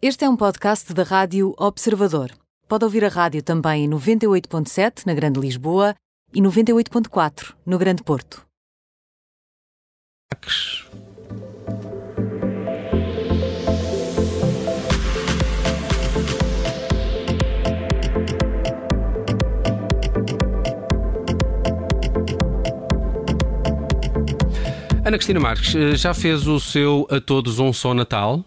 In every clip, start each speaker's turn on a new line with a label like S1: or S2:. S1: Este é um podcast da Rádio Observador. Pode ouvir a rádio também em 98.7 na Grande Lisboa e 98.4 no Grande Porto.
S2: Ana Cristina Marques, eh, já fez o seu A Todos Um Só Natal?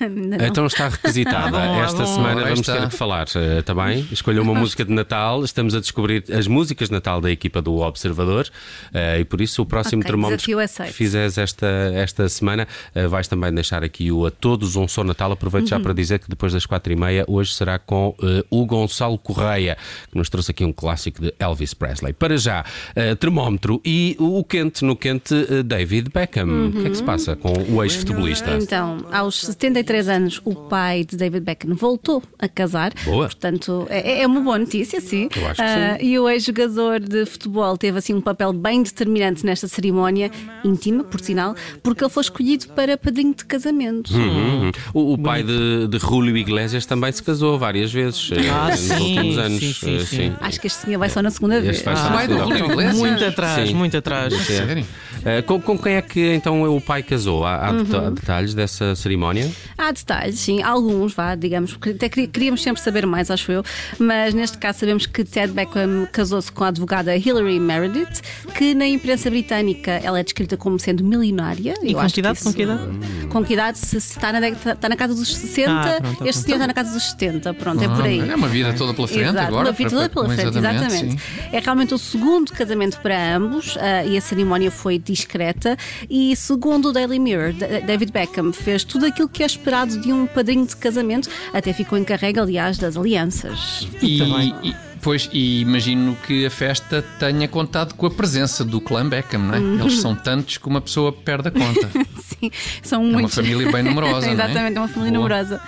S3: Ainda não.
S2: Então está requisitada.
S4: Ah, bom, ah,
S2: Esta
S4: bom.
S2: semana
S4: Aí
S2: vamos
S4: está.
S2: ter que falar, eh, está bem? Escolha uma música de Natal. Estamos a descobrir as músicas de Natal da equipa do Observador eh, e por isso o próximo
S3: Ok,
S2: termómetro
S4: é
S3: desafio aceito.
S2: que fizeres esta, esta semana eh, vais também deixar aqui o A Todos Um Só Natal. Aproveito
S4: Uhum.
S2: já para dizer que depois das quatro e meia hoje será com eh, o Gonçalo Correia, que nos trouxe aqui um clássico de Elvis Presley. Para já, eh, termómetro e o quente, no quente, eh, David Beckham. O que
S4: Uhum.
S2: é que se passa com o ex-futebolista?
S3: Então, aos 73 anos, o pai de David Beckham voltou a casar.
S2: Boa.
S3: Portanto, é, é uma boa notícia, sim.
S2: Eu acho que
S3: Ah, e o ex-jogador de futebol teve assim um papel bem determinante nesta cerimónia, íntima, por sinal, porque ele foi escolhido para padrinho de casamento.
S2: Uhum. O, o pai de, de Rúlio Iglesias também se casou várias vezes eh,
S4: Ah,
S2: nos
S4: sim,
S2: últimos
S4: sim,
S2: anos.
S4: sim,
S2: eh,
S4: sim.
S3: Acho que este senhor vai só na segunda
S2: Este
S3: vez.
S2: vai só-
S4: Ah,
S2: Vai do
S4: muito
S2: Rúlio
S4: atrás,
S2: Iglesias?
S4: Muito atrás,
S2: Sim.
S4: muito atrás.
S2: Sério? Eh, com, com quem é que então o pai casou? Há, há deta- detalhes dessa cerimónia?
S3: Há detalhes, sim, alguns, vá, digamos, porque até queri- queríamos sempre saber mais, acho eu, mas neste caso sabemos que Ted Beckham casou-se com a advogada Hilary Meredith, que na imprensa britânica ela é descrita como sendo milionária.
S4: E
S3: Eu
S4: com
S3: acho
S4: que idade,
S3: que
S4: com
S3: isso-
S4: que idade?
S3: Com que idade? Se, se está, na, década- está na casa dos 60,
S4: Ah, pronto, pronto.
S3: este senhor está na casa dos 70, pronto, é por aí.
S5: É uma vida toda pela frente
S3: Exato,
S5: agora.
S3: uma vida toda pela frente, exatamente. É realmente o segundo casamento para ambos ah, e a cerimónia foi discreta. E segundo o Daily Mirror, Da- David Beckham fez tudo aquilo que é esperado de um padrinho de casamento, até ficou encarregue, aliás, das alianças.
S5: E,
S4: Muito
S5: e- pois, e imagino que a festa tenha contado com a presença do clã Beckham, não é?
S3: Uhum.
S5: Eles são tantos que uma pessoa perde a conta.
S3: Sim, são
S5: É uma
S3: muitos.
S5: família bem numerosa, não é?
S3: Exatamente, é uma família
S5: Boa.
S3: numerosa.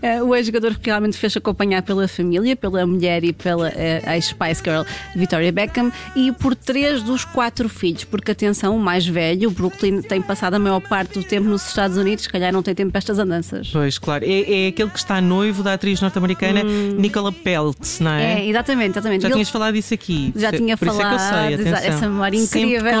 S3: Eh, o ex-jogador realmente fez acompanhar pela família, pela mulher e pela eh, ex-Spice Girl Victoria Beckham e por três dos quatro filhos, porque atenção, o mais velho, o Brooklyn, tem passado a maior parte do tempo nos Estados Unidos, se calhar não tem tempo para estas andanças.
S4: Pois, claro. É, é aquele que está noivo da atriz norte-americana Nicola Peltz, não é?
S3: Hum. É, exatamente, exatamente.
S4: Já
S3: Ele-
S4: tinhas falado disso aqui.
S3: Já
S4: Por-
S3: tinha
S4: por isso é que eu sei,
S3: falado,
S4: atenção.
S3: essa memória
S4: Sempre
S3: incrível.
S4: com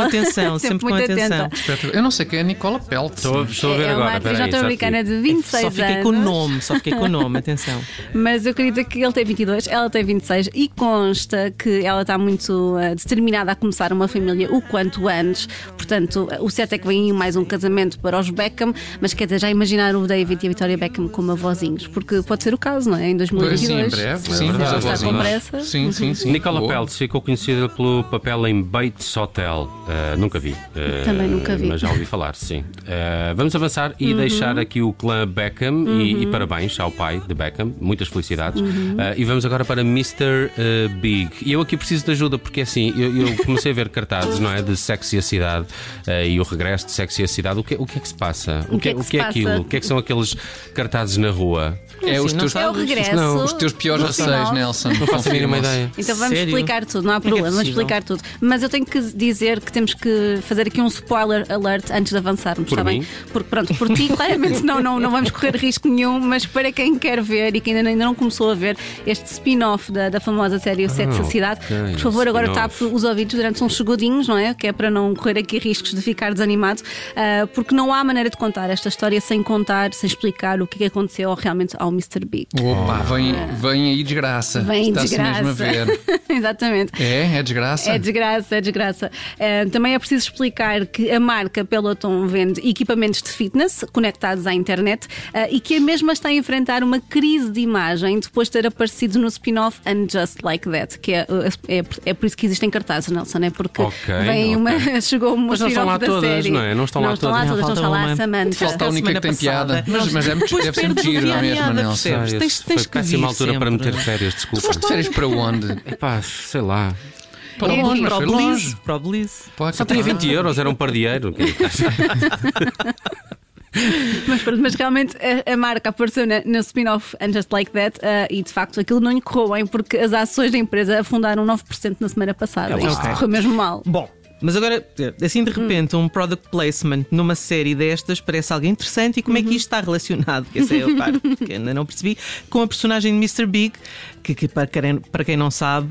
S4: atenção,
S3: Sempre
S4: sempre, com
S3: muito
S4: atenção.
S3: atenta.
S5: Eu não sei quem é Nicola Peltz.
S2: Estou, estou a ver
S3: é uma
S2: agora.
S3: atriz
S2: peraí, só
S3: norte-americana
S2: aqui.
S3: de 26
S4: é Só fiquei
S3: anos.
S4: com o nome, só fiquei com o nome, atenção.
S3: Mas eu queria dizer que ele tem 22, ela tem 26 e consta que ela está muito eh, determinada a começar uma família o quanto antes. Portanto, eh, o certo é que vem aí mais um casamento para os Beckham, mas quer dizer, já imaginar o David e a Victoria Beckham como avózinhos, porque pode ser o caso, não é? Em
S5: Pois,
S3: 2022.
S5: sim, em breve.
S2: É
S5: sim,
S2: verdade.
S5: mas
S2: Está
S5: avós
S2: com Uhum.
S5: ainda.
S3: pressa?
S5: Sim, sim, sim.
S2: Nicola
S5: Boa.
S2: Peltz ficou conhecida pelo papel em Bates Hotel. Eh, nunca vi. Eh,
S3: Também nunca vi. Uhum.
S2: Mas já ouvi falar, sim. Eh, vamos avançar e deixar aqui o clã Beckham e, e parabéns ao pai de Beckham. Muitas felicidades.
S3: Uhum.
S2: Eh, e vamos agora para Mr. eh, Big. E eu aqui preciso de ajuda porque assim, eu, eu comecei a ver cartazes, não é? De sexy a cidade eh, e o regresso de sexy a cidade. O que, o que é que se passa?
S3: O que é que se
S2: é
S3: passa?
S2: aquilo? O que é que são aqueles cartazes na rua?
S5: É os
S4: Sim, não
S5: teus,
S4: sei.
S3: É o regresso.
S2: Não,
S5: os teus piores
S3: no
S5: receios,
S3: final.
S5: Nelson.
S2: Não faço a mínima
S5: confirmam-se.
S2: ideia.
S3: Então vamos
S4: Sério?
S3: explicar tudo, não há
S4: Como é que é
S3: problema, vamos
S4: possível?
S3: explicar tudo. Mas eu tenho que dizer que temos que fazer aqui um spoiler alert antes de avançarmos,
S2: Por
S3: está
S2: mim?
S3: bem? Porque pronto, por ti, claramente não, não, não vamos correr risco nenhum, mas para quem quer ver e que ainda, ainda não começou a ver este spin-off da, da famosa série O Sexo da Cidade,
S2: ok,
S3: por favor, agora
S2: spin-off.
S3: tape os ouvidos durante uns segundinhos, não é? Que é para não correr aqui riscos de ficar desanimado, ah, porque não há maneira de contar esta história sem contar, sem explicar o que é que aconteceu realmente ao Mr. Big.
S5: Opa, vem, vem aí desgraça.
S3: Vem
S5: Está-se
S3: desgraça.
S5: mesmo a ver.
S3: Exatamente.
S5: É, é desgraça.
S3: É desgraça, é desgraça. Eh, também é preciso explicar que a marca Peloton vende equipamentos de fitness conectados à internet eh, e que a mesma está a enfrentar uma crise de imagem depois de ter aparecido no spin-off And Just Like That, que é, eh, é, por- é por isso que existem cartazes, Nelson, é porque
S2: Ok,
S3: vem
S2: ok.
S3: uma, chegou uma
S2: Mas não estão lá
S3: da
S2: todas,
S3: série.
S2: não é? Não estão lá
S3: Não
S2: todas.
S3: estão lá
S4: Não,
S3: todas, não estão
S4: falta
S3: lá a
S4: uma.
S3: Samantha.
S5: Falta a única que tem piada.
S4: passada.
S5: Mas, mas é, muito-
S4: Pois
S5: deve ser muito
S4: perdes o
S5: giro, não é
S4: fio à
S5: mesmo,
S4: meada,
S5: Nelson?
S4: percebes?
S2: Sei,
S4: Tens-
S2: Ah, foi
S4: tens que vir
S2: péssima altura para
S4: sempre.
S2: meter
S3: é?
S2: férias,
S5: Tu
S2: desculpa.
S5: foste de férias para onde?
S2: Epá, sei lá.
S5: Para
S3: É
S5: longe, mas
S4: Para
S5: foi
S4: o Belize,
S5: longe.
S4: para o Belize.
S5: Pô,
S2: Só tinha 20 euros, era um pardieiro.
S3: Mas, pronto, mas realmente a, a marca apareceu na, no spin-off And Just Like That eh, e de facto aquilo não lhe correu bem porque as ações da empresa afundaram 9% na semana passada.
S2: É lá.
S3: Isto correu mesmo mal.
S4: Bom, Mas agora, assim
S5: Hum.
S4: de repente, um product placement numa série destas parece algo interessante e como é
S5: Uhum.
S4: que isto está relacionado? Que essa é a parte que ainda não percebi, com a personagem de Mr. Big, que, que para, quem, para quem não sabe.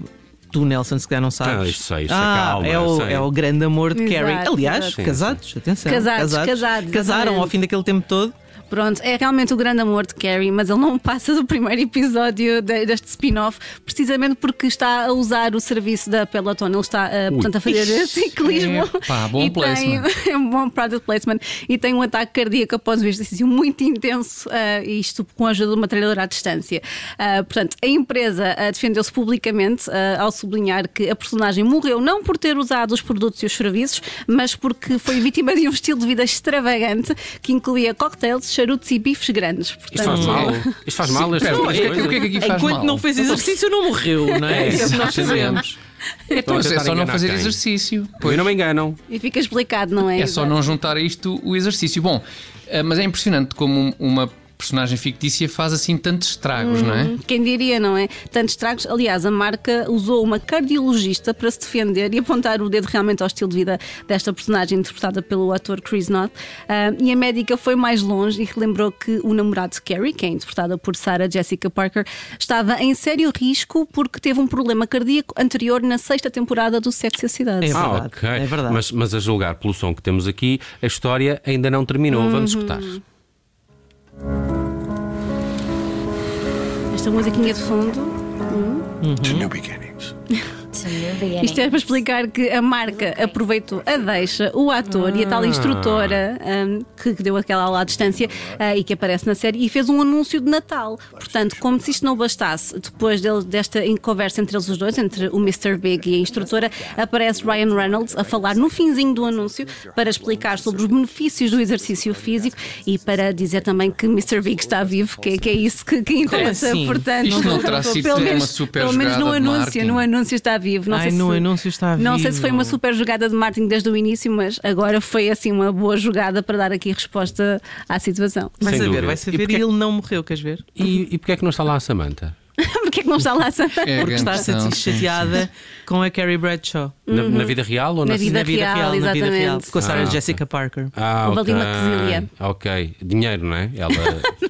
S4: Tu, Nelson, se calhar não sabes.
S2: Ah, isso sei, isso
S4: ah,
S2: acalma,
S4: é, o,
S2: sei.
S4: é o grande amor de
S3: Exato,
S4: Carrie. Aliás,
S3: exato.
S2: Sim,
S4: casados, atenção.
S3: Casados, casados,
S4: Casaram ao
S3: exatamente.
S4: fim daquele tempo todo.
S3: Pronto, é realmente o grande amor de Carrie, mas ele não passa do primeiro episódio de- deste spin-off, precisamente porque está a usar o serviço da Peloton. Ele está, ah, portanto, a fazer ciclismo.
S5: É, pá, bom
S3: e
S5: placement.
S3: Tem, é um bom product placement. E tem um ataque cardíaco após um exercício muito intenso, ah, e isto com a ajuda de uma treinadora à distância. Ah, portanto, a empresa ah, defendeu-se publicamente ah, ao sublinhar que a personagem morreu não por ter usado os produtos e os serviços, mas porque foi vítima de um estilo de vida extravagante que incluía cocktails, charutos e bifes grandes.
S2: Isto faz
S3: Portanto,
S2: mal. Isto faz mal. estas
S5: Espera,
S2: duas
S5: o que é que- o
S2: coisas.
S5: que é que aqui faz
S4: Enquanto
S5: mal?
S4: não fez exercício, não morreu, não é?
S2: É,
S4: Isso que nós
S5: exatamente.
S4: sabemos.
S5: Então, é
S2: Estão a
S5: só
S2: tentar
S5: não
S2: enganar
S5: fazer
S2: quem?
S5: exercício.
S2: E não me enganam.
S3: E fica explicado, não é?
S5: É só não juntar a isto o exercício. Bom, eh, mas é impressionante como um- uma personagem fictícia faz assim tantos estragos, não é?
S3: Quem diria, não é? Tantos tragos. Aliás, a marca usou uma cardiologista para se defender e apontar o dedo realmente ao estilo de vida desta personagem interpretada pelo ator Chris Knott. Ah, e a médica foi mais longe e relembrou que o namorado de Carrie, que é interpretada por Sarah Jessica Parker, estava em sério risco porque teve um problema cardíaco anterior na sexta temporada do Sexo e a Cidade.
S4: É
S2: Ah,
S4: verdade,
S2: ok.
S4: é verdade.
S2: Mas, mas a julgar pelo som que temos aqui, a história ainda não terminou. Vamos escutar.
S3: Esta musiquinha de fundo.
S6: to new beginnings.
S3: Isto é para explicar que a marca aproveitou a deixa, o ator e a
S5: Ah.
S3: tal instrutora hum, que, que deu aquela aula à distância ah, e que aparece na série e fez um anúncio de Natal. Portanto, como se isto não bastasse, depois dele- desta em- conversa entre eles os dois, entre o Mr. Big e a instrutora, aparece Ryan Reynolds a falar no finzinho do anúncio para explicar sobre os benefícios do exercício físico e para dizer também que Mr. Big está vivo, que, que é isso que, que interessa.
S4: assim?
S3: Portanto,
S5: Isto não terá sido
S3: pelo
S5: uma
S3: menos-
S5: super
S3: Pelo menos no
S5: jogada de
S3: anúncio, no
S5: marketing?
S3: anúncio está vivo. Não
S4: Ai,
S3: sei
S4: no
S3: se,
S4: anúncio está
S3: Não sei se
S4: vivo.
S3: foi uma super jogada de marketing desde o início, mas agora foi assim uma boa jogada para dar aqui resposta à situação.
S4: Vai
S2: Sem
S4: saber,
S2: dúvida.
S4: vai
S2: E
S4: saber. E,
S2: porque-
S4: ele não morreu, queres ver?
S2: E, e porquê é que não está lá a Samantha?
S3: Porquê que não está lá essa
S5: É a
S4: Porque
S5: grande
S4: está
S5: questão,
S4: sati-
S5: sim, sim.
S4: chateada com a Carrie Bradshaw.
S2: Na, na vida real ou na,
S3: Assim, Na vida-
S4: na vida
S3: real,
S4: real, na vida
S3: exatamente.
S4: real. Com a Sarah
S2: Ah, ok.
S4: Jessica Parker.
S2: Ah,
S3: Houve
S2: ok.
S3: ali uma quesilha.
S2: Ok. Dinheiro, não é? Ela.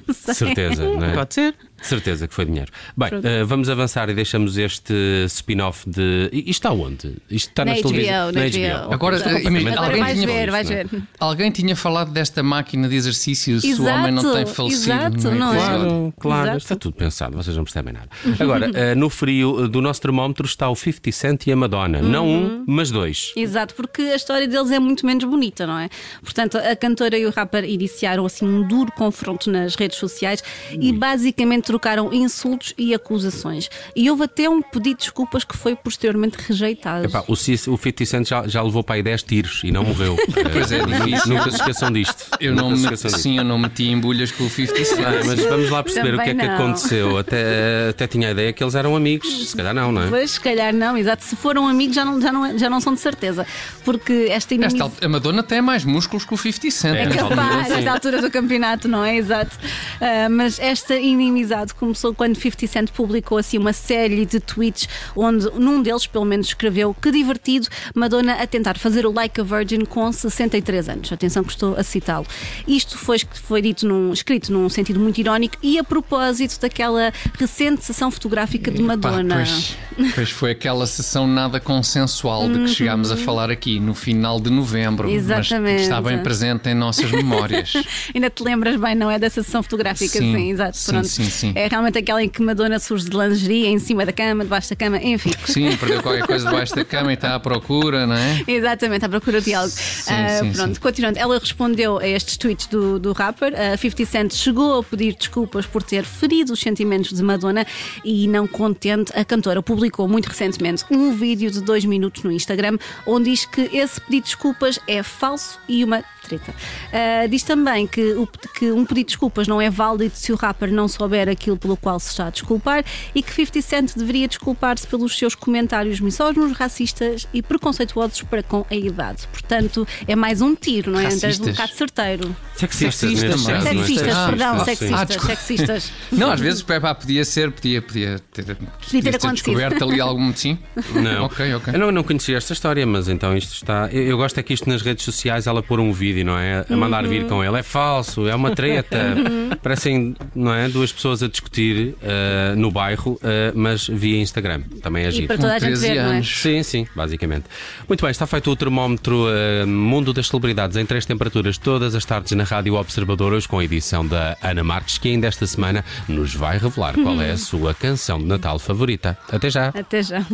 S2: De certeza, não é?
S4: Pode ser.
S2: De certeza que foi dinheiro. Bem, eh, vamos avançar e deixamos este spin-off de. I- Isto está onde? Isto está
S3: Na
S2: nas
S3: HBO,
S2: televisões.
S3: na HBO.
S5: Agora,
S2: Estou
S5: eh,
S2: completamente
S5: imagina-
S3: Agora
S5: Alguém
S3: vais
S5: tinha
S3: ver,
S2: visto,
S3: vais
S2: não é?
S3: ver.
S5: Alguém tinha falado desta máquina de exercício se o
S3: Exato,
S5: homem não tem falecido. no
S3: exato, não é?
S5: episódio.
S2: Claro, claro.
S3: Exato.
S2: Está tudo pensado, vocês não percebem nada. Agora, eh, no frio eh, do nosso termómetro está o 50 Cent e a Madonna.
S3: Uhum.
S2: Não um, mas dois.
S3: Exato, porque a história deles é muito menos bonita, não é? Portanto, a cantora e o rapper iniciaram assim um duro confronto nas redes sociais e basicamente trocaram insultos e acusações. E houve até um pedido de desculpas que foi posteriormente rejeitado.
S2: Epá, o, Cis- o 50 Cent já, já levou para aí 10 tiros e não morreu.
S5: Pois é,
S2: Eh,
S5: difícil.
S2: Nunca se esqueçam disto.
S5: Eu
S2: Nunca
S5: não
S2: se é
S5: me,
S2: esqueçam disto.
S5: sim, eu não meti em bulhas com o 50 Cent.
S2: Ah, mas vamos lá perceber o que é
S3: Também
S2: que
S3: não.
S2: aconteceu. Até, até tinha a ideia que eles eram amigos. Se calhar não, não é?
S3: Pois, se calhar não, exato. Se foram amigos, já não, já não, já não são de certeza. Porque esta
S5: Esta,
S3: inimizade.
S5: al- a Madonna tem mais músculos que o 50 Cent.
S2: É,
S5: nesta altura.
S3: Capaz, nesta altura do campeonato, não é? Exato. Ah, mas esta inimizade começou quando 50 Cent publicou assim uma série de tweets onde num deles, pelo menos, escreveu que divertido Madonna a tentar fazer o Like a Virgin com 63 anos. Atenção que estou a citá-lo. Isto foi, foi dito num, escrito num sentido muito irónico e a propósito daquela recente sessão fotográfica de
S5: Pá,
S3: Madonna.
S5: pois, pois foi aquela sessão nada consensual de que chegámos a falar aqui no final de novembro, mas
S3: Exatamente.
S5: que está bem presente em nossas memórias.
S3: Ainda te lembras bem, não é? Dessa sessão fotográfica,
S5: Sim,
S3: sim, exato.
S5: sim,
S3: pronto.
S5: sim, sim.
S3: É realmente aquela em que Madonna surge de lingerie em cima da cama, debaixo da cama, enfim.
S5: Sim, perdeu qualquer coisa debaixo da cama e está à procura, não é?
S3: Exatamente, à procura de algo.
S5: Sim,
S3: Ah,
S5: sim,
S3: pronto,
S5: sim.
S3: continuando, ela respondeu a estes tweets do, do rapper. A 50 Cent chegou a pedir desculpas por ter ferido os sentimentos de Madonna e, não contente, a cantora publicou muito recentemente um vídeo de dois minutos no Instagram onde diz que esse pedido de desculpas é falso e uma restrita. Ah, diz também que, o- que um pedido de desculpas não é válido se o rapper não souber aquilo pelo qual se está a desculpar e que 50 Cent deveria desculpar-se pelos seus comentários misóginos, racistas e preconceituosos para com a idade. Portanto, é mais um tiro, não é? Andas um
S5: Racistas.
S3: bocado certeiro.
S2: Sexistas,
S5: Sexista,
S2: neste
S5: mãe.
S2: caso, não é?
S3: Sexistas,
S5: Ah,
S3: perdão,
S5: ah,
S2: sim.
S5: Ah,
S3: sexistas,
S5: desculpa.
S3: sexistas.
S5: Não, às vezes pá, podia ser, podia, podia ter, podia ter
S3: acontecido.
S5: descoberto ali algum sim.
S2: Não.
S5: Ok, ok.
S2: Eu não, não conhecia esta história, mas então isto está. Eu, eu gosto é que isto nas redes sociais ela pôr um vídeo, não é?
S3: Uhum.
S2: A mandar vir com ele. É falso, é uma treta. Parecem, não é? Duas pessoas a discutir eh, no bairro, eh, mas via Instagram. Também é
S3: E
S2: giro.
S3: para toda a gente
S5: 13
S3: ver, não é?
S5: anos.
S2: Sim, sim, basicamente. Muito bem, está feito o termómetro eh, Mundo das Celebridades em três temperaturas todas as tardes na Rádio Observador, hoje com a edição da Ana Marques, que ainda esta
S3: Uhum.
S2: semana nos vai revelar qual é a sua canção de Natal favorita. Até já!
S3: Até já.